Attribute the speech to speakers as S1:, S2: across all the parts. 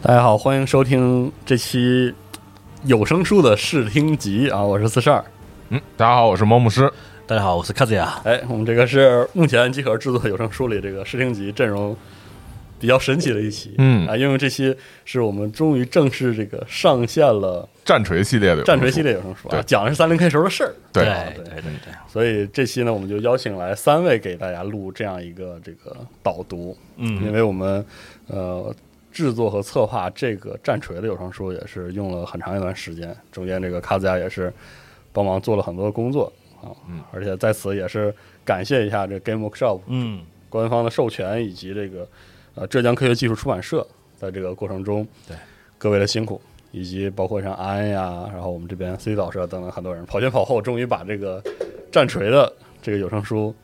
S1: 大家好，欢迎收听这期有声书的试听集啊，我是四十二。
S2: 嗯，大家好，我是猫牧师。
S3: 大家好，我是卡子亚。
S1: 哎，我们这个是目前集合制作有声书里这个试听集阵容比较神奇的一期，
S2: 嗯
S1: 啊，因为这期是我们终于正式这个上线了
S2: 战锤系列的有
S1: 战锤系列有声书啊
S2: 对，
S1: 讲的是三零 K 时候的事儿，
S2: 对
S3: 对对对对，
S1: 所以这期呢，我们就邀请来三位给大家录这样一个这个导读，嗯，因为我们呃制作和策划这个战锤的有声书也是用了很长一段时间，中间这个卡子亚也是帮忙做了很多的工作啊，
S2: 嗯，
S1: 而且在此也是感谢一下这 Game Workshop
S3: 嗯
S1: 官方的授权以及这个呃浙江科学技术出版社在这个过程中
S3: 对
S1: 各位的辛苦，以及包括像安呀，然后我们这边 C 导社等等很多人跑前跑后，终于把这个战锤的这个有声书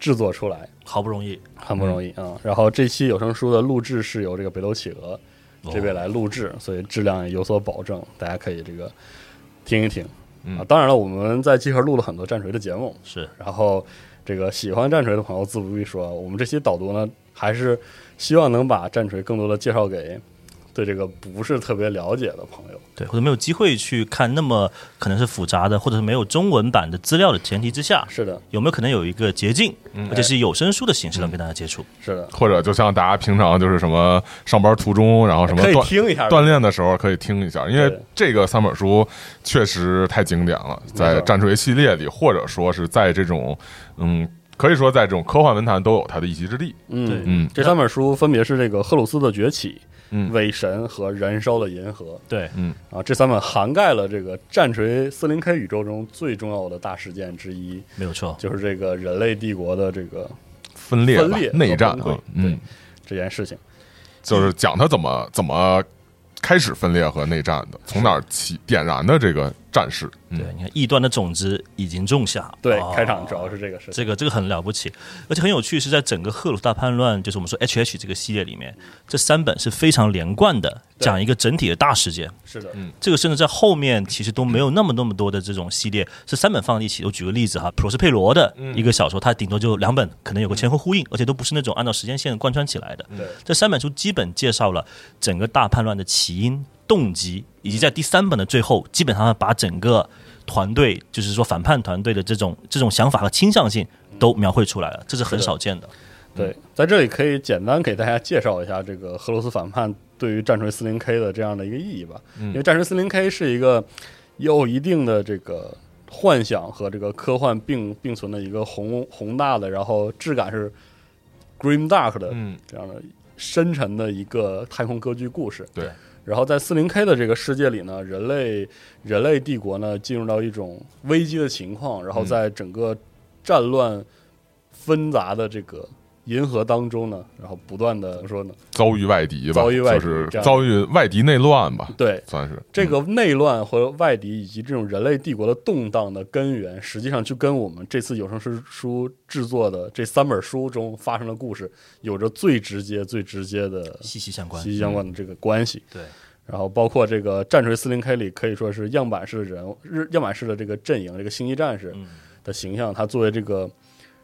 S1: 制作出来，
S3: 好不容易
S1: 很不容易啊、然后这期有声书的录制是由这个北斗企鹅这边来录制，所以质量也有所保证，大家可以这个听一听。
S2: 嗯
S1: 啊，当然了，我们在集合录了很多战锤的节目，
S3: 是
S1: 然后这个喜欢战锤的朋友自不必说，我们这期导读呢，还是希望能把战锤更多的介绍给对这个不是特别了解的朋友。
S3: 对，或者没有机会去看那么可能是复杂的，或者是没有中文版的资料的前提之下，
S1: 是的，
S3: 有没有可能有一个捷径，而且是有声书的形式能跟大家接触？
S1: 是的，
S2: 或者就像大家平常就是什么上班途中，然后什么
S1: 可以
S2: 锻
S1: 听一下
S2: 锻炼的时候可以听一下，因为
S1: 对
S2: 这个三本书确实太经典了，在战锤系列里，或者说是在这种嗯，可以说在这种科幻文坛都有它的一席之地。
S1: 嗯
S3: 对
S2: 嗯
S1: 这三本书分别是这个《赫鲁斯的崛起》、
S2: 嗯
S1: 伪神》和《燃烧的银河
S3: 对》
S1: 啊，这三本涵盖了这个战锤四零 K 宇宙中最重要的大事件之一，
S3: 没有错。
S1: 就是这个人类帝国的这个
S2: 分裂吧、
S1: 分裂
S2: 内战
S1: 和
S2: 啊
S1: 崩，溃
S2: 嗯
S1: 对，这件事情。
S2: 就是讲它怎么怎么开始分裂和内战的，从哪儿起点燃的这个战事。嗯
S3: 对，你看异端的种子已经种下，
S1: 对，
S3: 哦
S1: 开场主要是这个事情。
S3: 这个这个很了不起，而且很有趣，是在整个赫鲁大叛乱，就是我们说 H H 这个系列里面，这三本是非常连贯的，
S1: 对
S3: 讲一个整体的大事件。
S1: 是
S2: 嗯
S1: 的，
S3: 这个甚至在后面其实都没有那么那么多的这种系列是三本放在一起。我举个例子哈，普罗斯佩罗的
S1: 嗯
S3: 一个小说，它顶多就两本，可能有个前后呼应，而且都不是那种按照时间线贯穿起来的。
S1: 对
S3: 这三本书基本介绍了整个大叛乱的起因、动机，以及在第三本的最后，基本上把整个团队，就是说反叛团队的这种这种想法和倾向性都描绘出来了，这是很
S1: 是的
S3: 少见的。
S1: 对，嗯在这里可以简单给大家介绍一下这个俄罗斯反叛对于战锤 40K 的这样的一个意义吧。
S2: 嗯
S1: 因为战锤 40K 是一个有一定的这个幻想和这个科幻并并存的一个宏宏大的，然后质感是 Grim Dark 的
S2: 嗯，
S1: 这样的深沉的一个太空歌剧故事。
S2: 对。
S1: 然后在 40K 的这个世界里呢，人类人类帝国呢进入到一种危机的情况，然后
S2: 嗯
S1: 在整个战乱纷杂的这个银河当中呢，然后不断的怎么说呢？
S2: 遭遇外敌吧，
S1: 遭遇外敌
S2: 就是
S1: 这样
S2: 遭遇外敌内乱吧，
S1: 对
S2: 算是
S1: 这个内乱和外敌以及这种人类帝国的动荡的根源，实际上就跟我们这次有声书书制作的这三本书中发生的故事有着最直接、最直接的
S3: 息息相关
S1: 息，息
S2: 嗯
S1: 相关的这个关系。
S3: 对，
S1: 然后包括这个战锤四零 K 里可以说是样板式的人物，日样板式的这个阵营，这个星际战士
S3: 嗯
S1: 的形象，他作为这个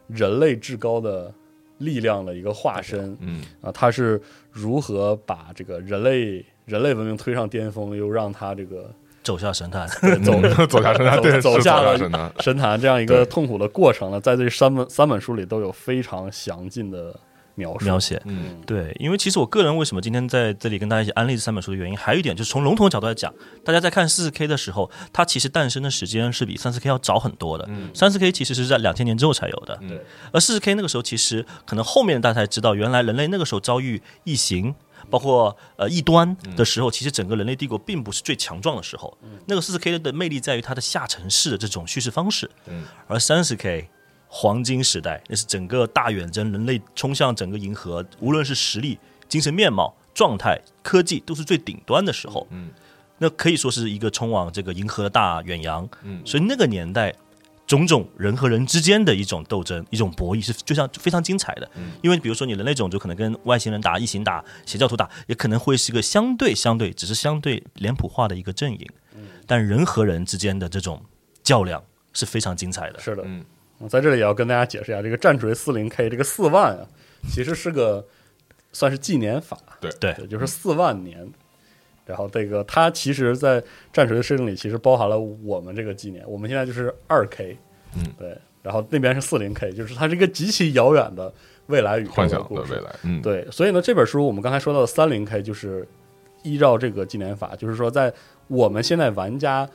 S1: 人类至高的力量的一个化身
S2: 嗯
S1: 啊，他是如何把这个人类人类文明推上巅峰，又让他这个
S3: 走下神探。
S1: 呃走
S2: 嗯 走下神坛，
S1: 走
S2: 对，是
S1: 走
S2: 走
S1: 下
S2: 下
S1: 了
S2: 神坛，
S1: 神坛这样一个
S2: 对
S1: 痛苦的过程呢，在这三本三本书里都有非常详尽的描述。
S3: 描写，
S2: 嗯，
S3: 对，因为其实我个人为什么今天在这里跟大家一起安利这三本书的原因，还有一点就是从笼统的角度来讲，大家在看四十 K 的时候，它其实诞生的时间是比三十 K 要早很多的。三十 K 其实是在两千年之后才有的，
S1: 对
S3: 而四十 K 那个时候其实可能后面大家才知道，原来人类那个时候遭遇异形。包括呃异端的时候，其实整个人类帝国并不是最强壮的时候。那个四十 K 的魅力在于它的下沉式的这种叙事方式，而三十 K 黄金时代，那是整个大远征，人类冲向整个银河，无论是实力、精神面貌、状态、科技，都是最顶端的时候。
S2: 嗯，
S3: 那可以说是一个冲往这个银河的大远洋。嗯，所以那个年代。种种人和人之间的一种斗争、一种博弈是就像非常精彩的，因为比如说你人类种族可能跟外星人打、异形打、邪教徒打，也可能会是一个相对相对只是相对脸谱化的一个阵营，但人和人之间的这种较量是非常精彩的。
S1: 是的，
S2: 嗯
S1: 在这里也要跟大家解释一下，这个战锤四零 K 这个四万啊，其实是个算是纪年法，
S2: 对
S3: 对
S1: 就是四万年然后这个它其实，在战锤的设定里，其实包含了我们这个纪念。我们现在就是二 K，
S2: 嗯，
S1: 对，然后那边是四零 K，就是它是一个极其遥远的未来宇宙
S2: 幻
S1: 的
S2: 想的
S1: 故事
S2: 未。来，嗯，
S1: 对，所以呢，这本书我们刚才说到的三零 K 就是依照这个纪念法，就是说在我们现在玩家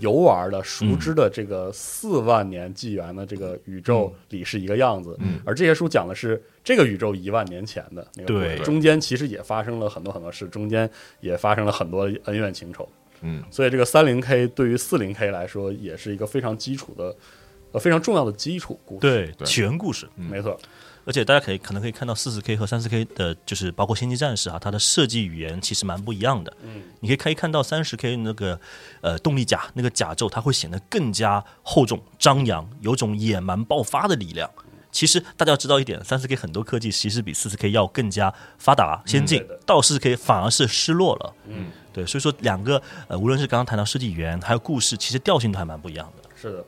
S1: 游玩的、熟
S2: 嗯
S1: 知的这个四万年纪元的这个宇宙里是一个样子，
S2: 嗯
S1: 而这些书讲的是这个宇宙一万年前的那个故事
S3: 对
S1: 中间其实也发生了很多很多事，中间也发生了很多恩怨情仇，
S2: 嗯，
S1: 所以这个三零 K 对于四零 K 来说也是一个非常基础的、呃非常重要的基础故事，
S3: 对
S2: 对
S3: 起源故事，
S1: 没错，
S3: 而且大家可以可能可以看到四十 K 和三十 K 的，就是包括《星际战士》啊，它的设计语言其实蛮不一样的。嗯，你可以可以看到三十 K 那个呃动力甲那个甲胄，它会显得更加厚重、张扬，有种野蛮爆发的力量。其实大家要知道一点，三十 K 很多科技其实比四十 K 要更加发达先进，
S1: 对的
S3: 到四十 K 反而是失落了。嗯，对，所以说两个呃，无论是刚刚谈到设计语言，还有故事，其实调性都还蛮不一样的。
S1: 是的，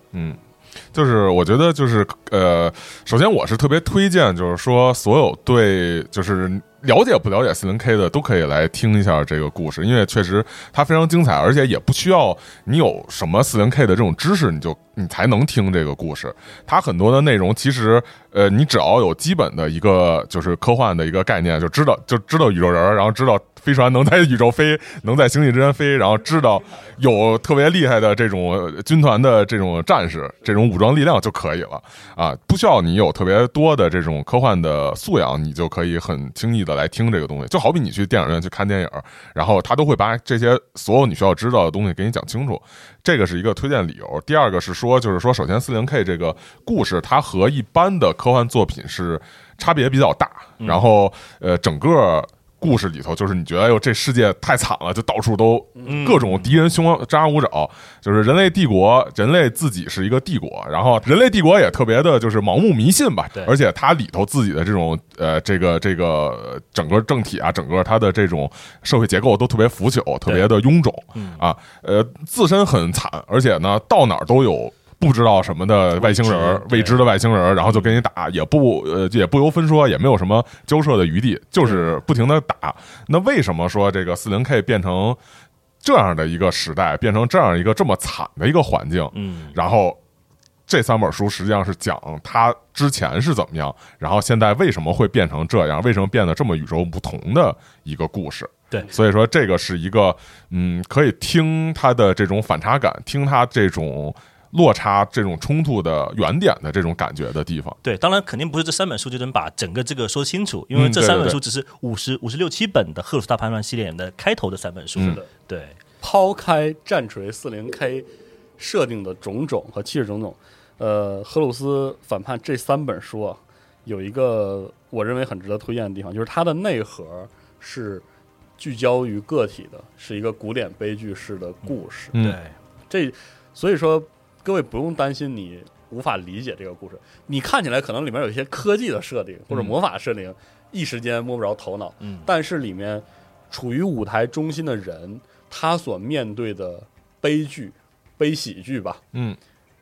S2: 就是我觉得就是呃，首先我是特别推荐，就是说所有对就是了解不了解四零 K 的都可以来听一下这个故事，因为确实它非常精彩，而且也不需要你有什么四零 K 的这种知识，你就你才能听这个故事。它很多的内容其实呃，你只要有基本的一个就是科幻的一个概念，就知道就知道宇宙人儿，然后知道飞船能在宇宙飞，能在星际之间飞，然后知道有特别厉害的这种呃军团的这种战士，这种武装力量就可以了啊，不需要你有特别多的这种科幻的素养，你就可以很轻易的来听这个东西。就好比你去电影院去看电影，然后他都会把这些所有你需要知道的东西给你讲清楚，这个是一个推荐理由。第二个是说，就是说，首先四零 K 这个故事，它和一般的科幻作品是差别比较大，然后呃，整个。故事里头，就是你觉得，哎呦，这世界太惨了，就到处都各种敌人凶杀无爪，就是人类帝国，人类自己是一个帝国，然后人类帝国也特别的，就是盲目迷信吧
S3: 对，
S2: 而且它里头自己的这种呃，这个这个呃整个政体啊，整个它的这种社会结构都特别腐朽，特别的臃肿啊，呃，自身很惨，而且呢，到哪儿都有。不知道什么的外星人儿，未
S3: 未知对
S2: 知的外星人儿，然后就跟你打，也不呃也不由分说，也没有什么交涉的余地，就是不停的打。那为什么说这个四零 K 变成这样的一个时代，变成这样一个这么惨的一个环境，
S3: 嗯，
S2: 然后这三本书实际上是讲他之前是怎么样，然后现在为什么会变成这样，为什么变得这么与众不同的一个故事。
S3: 对
S2: 所以说这个是一个，嗯，可以听他的这种反差感，听他这种落差、这种冲突的原点的这种感觉的地方。
S3: 对，当然肯定不是这三本书就能把整个这个说清楚，因为
S2: 嗯
S3: 这
S2: 对
S3: 三
S2: 对
S3: 本
S2: 对
S3: 书只是五十五十六七本的《赫鲁斯大叛乱》系列的开头的三本书。
S2: 嗯
S1: 的
S3: 对，
S1: 抛开战锤四零 K 设定的种种和气势种种，呃，荷鲁斯反叛这三本书啊，有一个我认为很值得推荐的地方，就是它的内核是聚焦于个体的，是一个古典悲剧式的故事。
S2: 嗯，
S3: 对，
S1: 这所以说，各位不用担心你无法理解这个故事，你看起来可能里面有一些科技的设定或
S2: 嗯
S1: 者魔法设定，一时间摸不着头脑。
S3: 嗯，
S1: 但是里面处于舞台中心的人，他所面对的悲剧、悲喜剧吧，
S2: 嗯，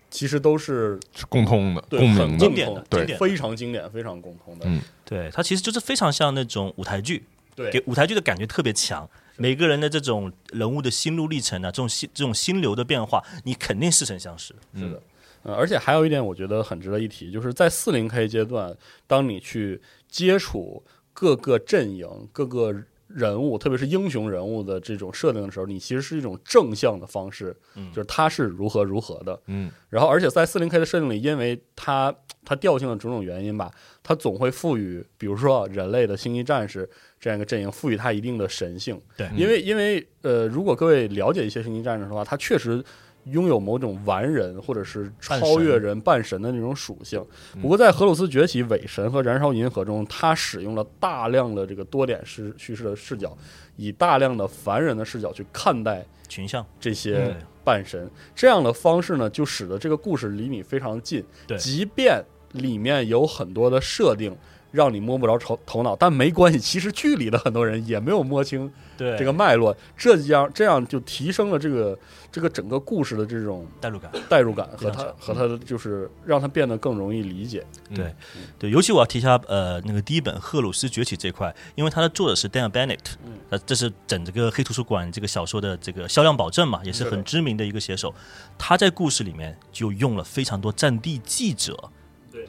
S1: 其实都是
S2: 是共通的、
S1: 对
S2: 共
S1: 很
S2: 鸣的
S1: 共
S3: 经典的
S1: 同
S2: 对
S3: 经典的
S1: 非常经典、非常共同的。
S2: 嗯
S3: 对，它其实就是非常像那种舞台剧，给
S1: 对，
S3: 舞台剧的感觉特别强。每个人的这种人物的心路历程啊，这种心这种心流的变化，你肯定似曾相识。
S1: 是的。呃而且还有一点，我觉得很值得一提，就是在四零 K 阶段，当你去接触各个阵营、各个人物，特别是英雄人物的这种设定的时候，你其实是一种正向的方式，就是他是如何如何的，
S2: 嗯
S1: 然后，而且在四零 K 的设定里，因为它它调性的种种原因吧，它总会赋予，比如说啊人类的星际战士这样一个阵营，赋予它一定的神性。
S3: 对
S1: 因为因为呃，如果各位了解一些星际战士的话，它确实拥有某种完人或者是超越人、半神的那种属性。不过在《荷鲁斯崛起》《伪神》和《燃烧银河》中，它使用了大量的这个多点视叙事的视角，以大量的凡人的视角去看待
S3: 群像，嗯
S1: 这些
S3: 对
S1: 半神。这样的方式呢，就使得这个故事离你非常近
S3: 对，
S1: 即便里面有很多的设定让你摸不着头头脑，但没关系，其实剧里的很多人也没有摸清
S3: 对
S1: 这个脉络，这样这样就提升了这个这个整个故事的这种
S3: 代入感。
S1: 代入感
S3: 非
S1: 和
S3: 常
S1: 它
S3: 强
S1: 和它的就是让它变得更容易理解。
S3: 对，对，尤其我要提一下，呃，那个第一本《赫鲁斯崛起》这块，因为它的作者是 Dan Bennett，呃，这是整这个黑图书馆这个小说的这个销量保证嘛，也是
S1: 是的
S3: 很知名的一个写手。他在故事里面就用了非常多战地记者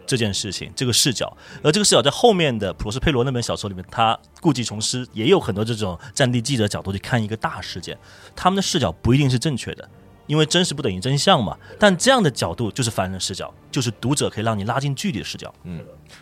S3: 这件事情，这个视角，而这个视角在后面的普罗斯佩罗那本小说里面，他故技重施，也有很多这种战地记者角度去看一个大事件，他们的视角不一定是正确的。因为真实不等于真相嘛，但这样的角度就是凡人视角，就是读者可以让你拉近距离的视角。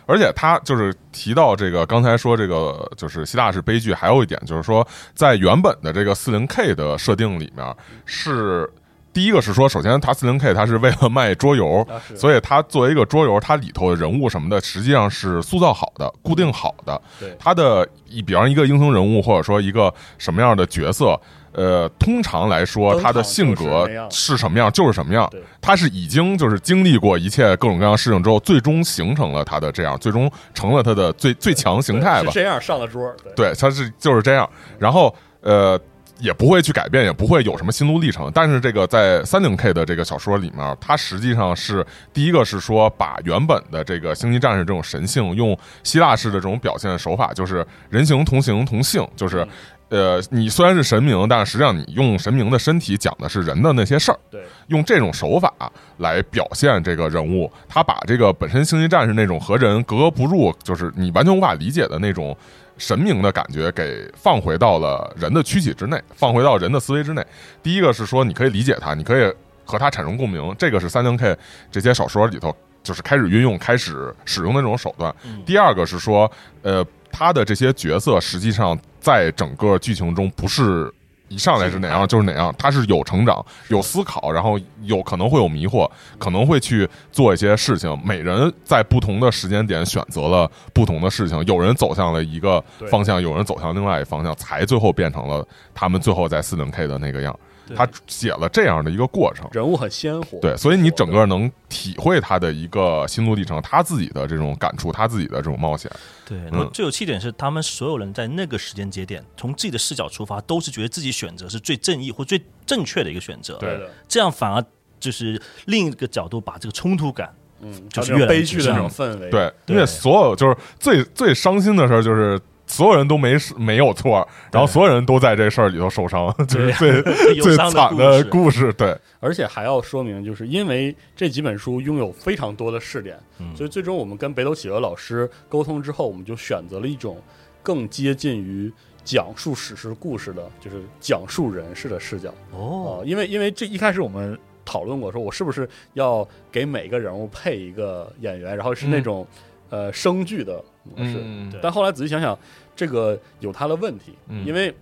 S2: 而且他就是提到这个，刚才说这个就是希腊式悲剧，还有一点就是说，在原本的这个四零 K 的设定里面是。第一个是说，首先它四零 K 它是为了卖桌游，
S1: 啊是
S2: 所以它作为一个桌游，它里头的人物什么的，实际上是塑造好的、固定好的。
S1: 对
S2: 它的一，比方一个英雄人物，或者说一个什么样的角色，呃，通常来说，
S1: 登
S2: 他的
S1: 场
S2: 性
S1: 就是
S2: 格
S1: 那样
S2: 是什么样就是什么样
S1: 对。
S2: 他是已经就是经历过一切各种各样的事情之后，最终形成了他的这样，最终成了他的最最强形态
S1: 是
S2: 吧。
S1: 这样上了桌，对
S2: 对，他是就是这样。然后呃，也不会去改变，也不会有什么心路历程。但是这个在三零 K 的这个小说里面，它实际上是第一个是说把原本的这个星际战士这种神性，用希腊式的这种表现手法，就是人形同形同性，就是。呃，你虽然是神明，但是实际上你用神明的身体讲的是人的那些事儿，
S1: 对
S2: 用这种手法来表现这个人物，他把这个本身星际战士那种和人格格不入，就是你完全无法理解的那种神明的感觉，给放回到了人的躯体之内，放回到人的思维之内。第一个是说，你可以理解他，你可以和他产生共鸣，这个是三零 K 这些小说里头就是开始运用、开始使用的这种手段。第二个是说，呃，他的这些角色实际上在整个剧情中不是一上来是哪样就是哪样，他是有成长、有思考，然后有可能会有迷惑，可能会去做一些事情。每人在不同的时间点选择了不同的事情，有人走向了一个
S1: 对
S2: 方向，有人走向另外一方向，才最后变成了他们最后在四零 K 的那个样。他写了这样的一个过程。
S1: 人物很鲜活，
S2: 对，所以你整个能体会他的一个心路历程，他自己的这种感触，他自己的这种冒险。
S3: 对，
S1: 嗯
S3: 然后最有气点是，他们所有人在那个时间节点，从自己的视角出发，都是觉得自己选择是最正义或最正确的一个选择。
S1: 对的，
S3: 这样反而就是另一个角度，把这个冲 突感，
S1: 嗯，
S3: 就是
S1: 它那
S3: 越
S1: 种
S3: 来越
S1: 悲剧的那种
S3: 像
S1: 氛围，
S2: 对，因
S3: 对
S2: 为所有就是最最伤心的事儿，就是所有人都没事没有错，然后所有人都在这事儿里头受伤，就是最
S3: 忧
S2: 最
S3: 伤
S2: 惨
S3: 的
S2: 的
S3: 故事。
S2: 故事。对，
S1: 而且还要说明，就是因为这几本书拥有非常多的试点，
S3: 嗯
S1: 所以最终我们跟北斗企鹅老师沟通之后，我们就选择了一种更接近于讲述史诗故事的，就是讲述人士的视角啊、
S3: 哦，
S1: 因为因为这一开始我们讨论过，说我是不是要给每个人物配一个演员，然后是那种、呃声剧的模式。
S2: 嗯
S3: 对
S1: 但后来仔细想想，这个有它的问题，
S2: 嗯
S1: 因为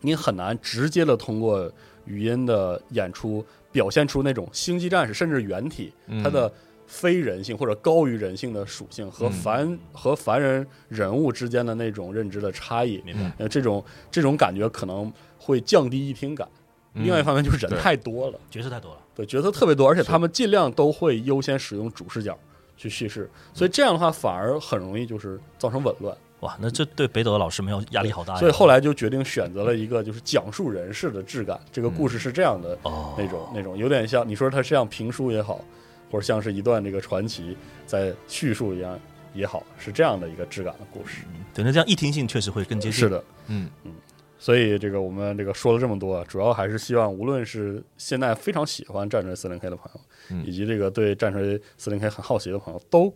S1: 你很难直接的通过语音的演出表现出那种星际战士甚至原体
S2: 嗯
S1: 它的非人性或者高于人性的属性和
S2: 嗯
S1: 凡、和凡人人物之间的那种认知的差异。
S3: 明白。
S1: 呃，这种这种感觉可能会降低一听感。另外一方面就是
S2: 嗯对
S1: 人太多了，
S3: 角色太多了，
S1: 对角色特别多，而且他们尽量都会优先使用主视角去叙事，所以这样的话反而很容易就是造成紊乱。
S3: 哇，那这对北斗的老师没有压力哎好大呀。
S1: 所以后来就决定选择了一个就是讲述人士的质感，这个故事是这样的
S3: 哦，
S1: 那种那种有点像你说它像评书也好，或者像是一段这个传奇在叙述一样也好，是这样的一个质感的故事。
S3: 对，那这样一听性确实会更接近。
S1: 是，的，
S2: 嗯
S1: 嗯。所以这个我们这个说了这么多，主要还是希望无论是现在非常喜欢战锤四零 K 的朋友，
S2: 嗯
S1: 以及这个对战锤四零 K 很好奇的朋友，都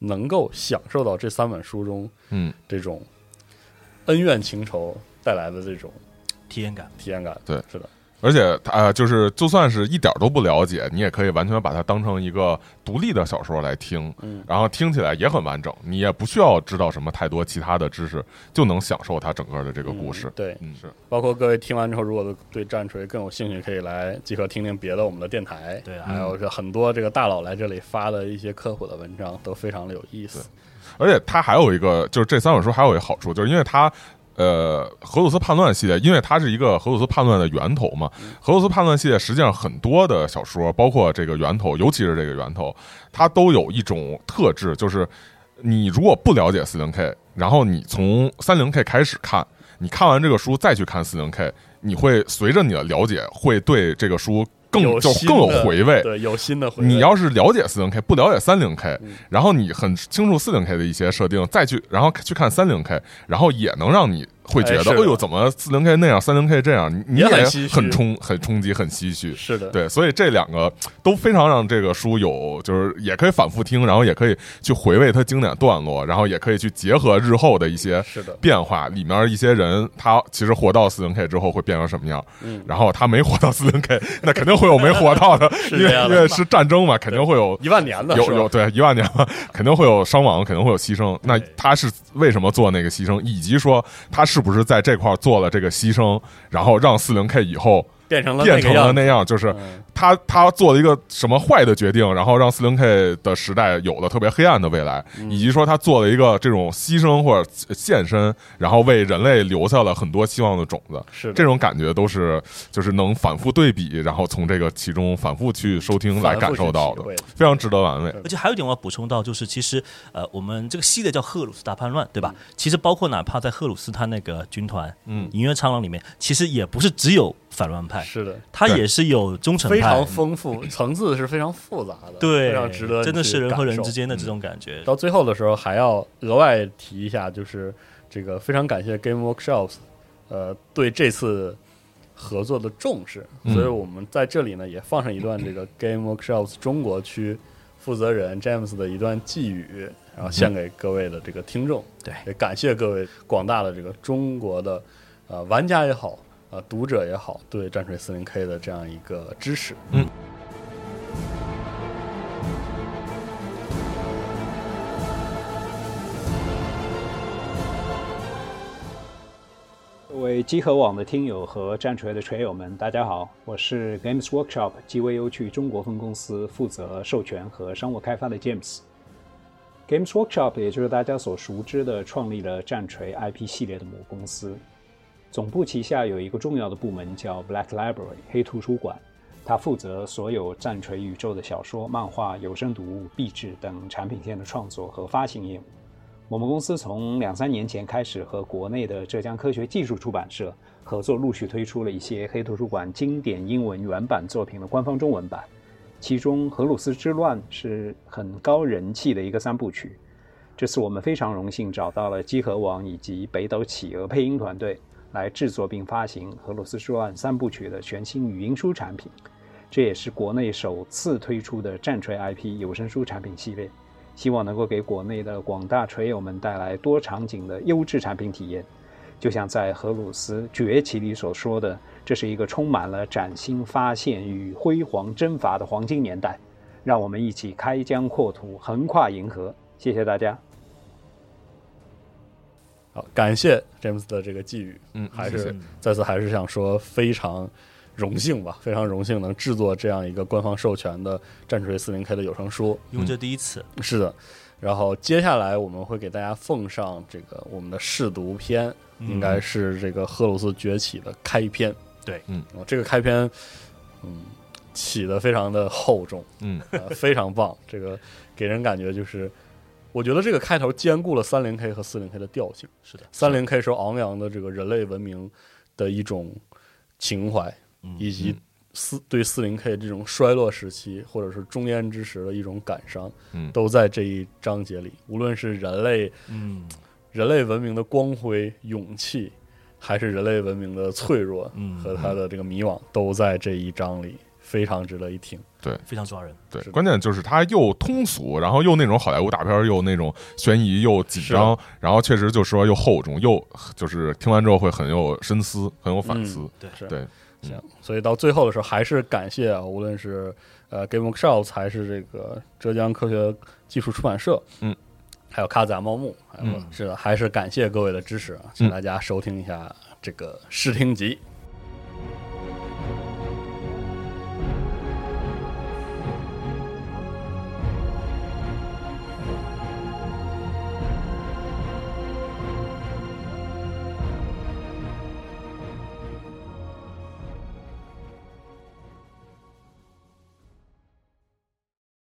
S1: 能够享受到这三本书中
S2: 嗯，
S1: 这种恩怨情仇带来的这种
S3: 体验感。
S1: 体验感。
S2: 对
S1: 是的，
S2: 而且啊、呃就是就算是一点儿都不了解，你也可以完全把它当成一个独立的小说来听，
S1: 嗯
S2: 然后听起来也很完整，你也不需要知道什么太多其他的知识，就能享受它整个的这个故事
S1: 嗯。对，
S2: 嗯，是，
S1: 包括各位听完之后，如果对战锤更有兴趣，可以来集合听听别的我们的电台，
S3: 对啊
S1: 还有是很多这个大佬来这里发的一些科普的文章，都非常的有意思。
S2: 而且它还有一个，就是这三本书还有一个好处，就是因为它。呃，荷鲁斯叛乱系列，因为它是一个荷鲁斯叛乱的源头嘛。
S1: 嗯
S2: 荷鲁斯叛乱系列实际上很多的小说，包括这个源头，尤其是这个源头，它都有一种特质，就是你如果不了解四零 K，然后你从三零 K 开始看，你看完这个书再去看四零 K，你会随着你的了解，会对这个书更
S1: 有
S2: 就
S1: 新
S2: 更有
S1: 的
S2: 回味。
S1: 对，嗯有新的回味。
S2: 你要是了解四零 K，不了解三零 K，然后你很清楚四零 K 的一些设定，再去然后去看三零 K，然后也能让你会觉
S1: 哎
S2: 得，
S1: 是
S2: 哎
S1: 的
S2: 呦，怎么四零 K 那样，三零 K 这样，你你
S1: 也
S2: 也
S1: 很唏嘘
S2: 很冲很冲击，很唏嘘。
S1: 是的，
S2: 对，所以这两个都非常让这个书有，就是也可以反复听，然后也可以去回味它经典段落，然后也可以去结合日后的一些
S1: 是的，
S2: 变化，里面一些人他其实活到四零 K 之后会变成什么样，
S1: 嗯
S2: 然后他没活到四零 K，那 肯定会有没活到的，
S1: 是
S2: 因
S1: 这
S2: 为
S1: 样
S2: 因
S1: 的
S2: 为是战争嘛，肯定会 有。
S1: 一万年的
S2: 有
S1: 是吧
S2: 有对一万年了， 肯定会有伤亡，肯定会有牺牲。那他是为什么做那个牺牲，以及说他是不是在这块儿做了这个牺牲，然后让四零 K 以后
S1: 变成了
S2: 变
S1: 那
S2: 成
S1: 个
S2: 了
S1: 样子，
S2: 那样，就是
S1: 嗯
S2: 他他做了一个什么坏的决定，然后让四零 K 的时代有了特别黑暗的未来，
S1: 嗯
S2: 以及说他做了一个这种牺牲或者献身，然后为人类留下了很多希望的种子。
S1: 是的
S2: 这种感觉都是就是能反复对比，然后从这个其中反复去收听来感受到的
S1: 反复去体会的，
S2: 非常值得玩味。
S3: 而且还有一点我要补充到，就是其实呃，我们这个系列叫《赫鲁斯大叛乱》，对吧？
S1: 嗯
S3: 其实包括哪怕在赫鲁斯他那个军团，
S2: 嗯
S3: 隐约苍狼里面，其实也不是只有反乱派，
S1: 是的，
S3: 他
S2: 对
S3: 也是有忠诚
S1: 非常
S3: 派，
S1: 丰富，层次是非常复杂的，
S3: 对，
S1: 非常值得，
S3: 真的是人和人之。间的这种感觉。
S1: 到最后的时候，还要额外提一下，就是这个非常感谢 Game Workshops，呃，对这次合作的重视，
S2: 嗯
S1: 所以我们在这里呢也放上一段这个 Game Workshops 中国区负责人 James 的一段寄语，然后献给各位的这个听众，
S3: 对
S1: 也感谢各位广大的这个中国的呃玩家也好。呃，读者也好，对战锤四零 K 的这样一个支持，
S4: 各位集合网的听友和战锤的锤友们，大家好，我是 Games Workshop 集为优去中国分公司负责授权和商务开发的 James。Games Workshop 也就是大家所熟知的创立了战锤 IP 系列的母公司，总部旗下有一个重要的部门叫 Black Library 黑图书馆，它负责所有战锤宇宙的小说、漫画、有声读物、壁纸等产品线的创作和发行业务。我们公司从两三年前开始和国内的浙江科学技术出版社合作，陆续推出了一些黑图书馆经典英文原版作品的官方中文版，其中《荷鲁斯之乱》是很高人气的一个三部曲。这次我们非常荣幸找到了积禾网以及北斗企鹅配音团队来制作并发行《荷鲁斯之乱》三部曲的全新语音书产品，这也是国内首次推出的战锤 IP 有声书产品系列。希望能够给国内的广大锤友们带来多场景的优质产品体验。就像在荷鲁斯崛起里所说的，这是一个充满了崭新发现与辉煌征伐的黄金年代。让我们一起开疆扩土，横跨银河。谢谢大家。
S1: 好，感谢 James 的这个寄语，
S2: 嗯
S1: 还
S2: 谢
S1: 是
S2: 谢
S1: 再次还是想说非常荣幸吧，非常荣幸能制作这样一个官方授权的《战锤四零 K》的有声书，
S3: 因为这第一次，
S1: 是的。然后接下来我们会给大家奉上这个我们的试读篇，应该是这个赫鲁斯崛起的开篇。
S3: 嗯对
S2: 嗯，
S1: 这个开篇，嗯，起的非常的厚重，
S2: 嗯
S1: 呃非常棒。这个给人感觉就是，我觉得这个开头兼顾了三零 K 和四零 K 的调性。
S3: 是的，
S1: 三零 K 时候昂扬的这个人类文明的一种情怀，
S3: 嗯
S1: 以及四对四零 K 这种衰落时期或者是中间之时的一种感伤，
S2: 嗯
S1: 都在这一章节里。无论是人类
S3: 嗯
S1: 人类文明的光辉、勇气，还是人类文明的脆弱
S3: 嗯
S1: 和它的这个迷惘，都在这一章里，非常值得一听。
S3: 非常抓人。
S2: 对
S1: 是，的
S2: 关键就是它又通俗，然后又那种好莱坞大片儿，又那种悬疑，又紧
S1: 啊
S2: 张，然后确实就是说又厚重，又就是听完之后会很有深思，很有
S1: 嗯
S2: 反思。
S3: 对，
S1: 是
S2: 对，
S1: 行，所以到最后的时候，还是感谢啊，无论是呃 Game Workshop 还是这个浙江科学技术出版社，
S2: 嗯，
S1: 还有卡子茂木，还有、
S2: 嗯
S1: 是的，还是感谢各位的支持啊，请大家收听一下这个试听集。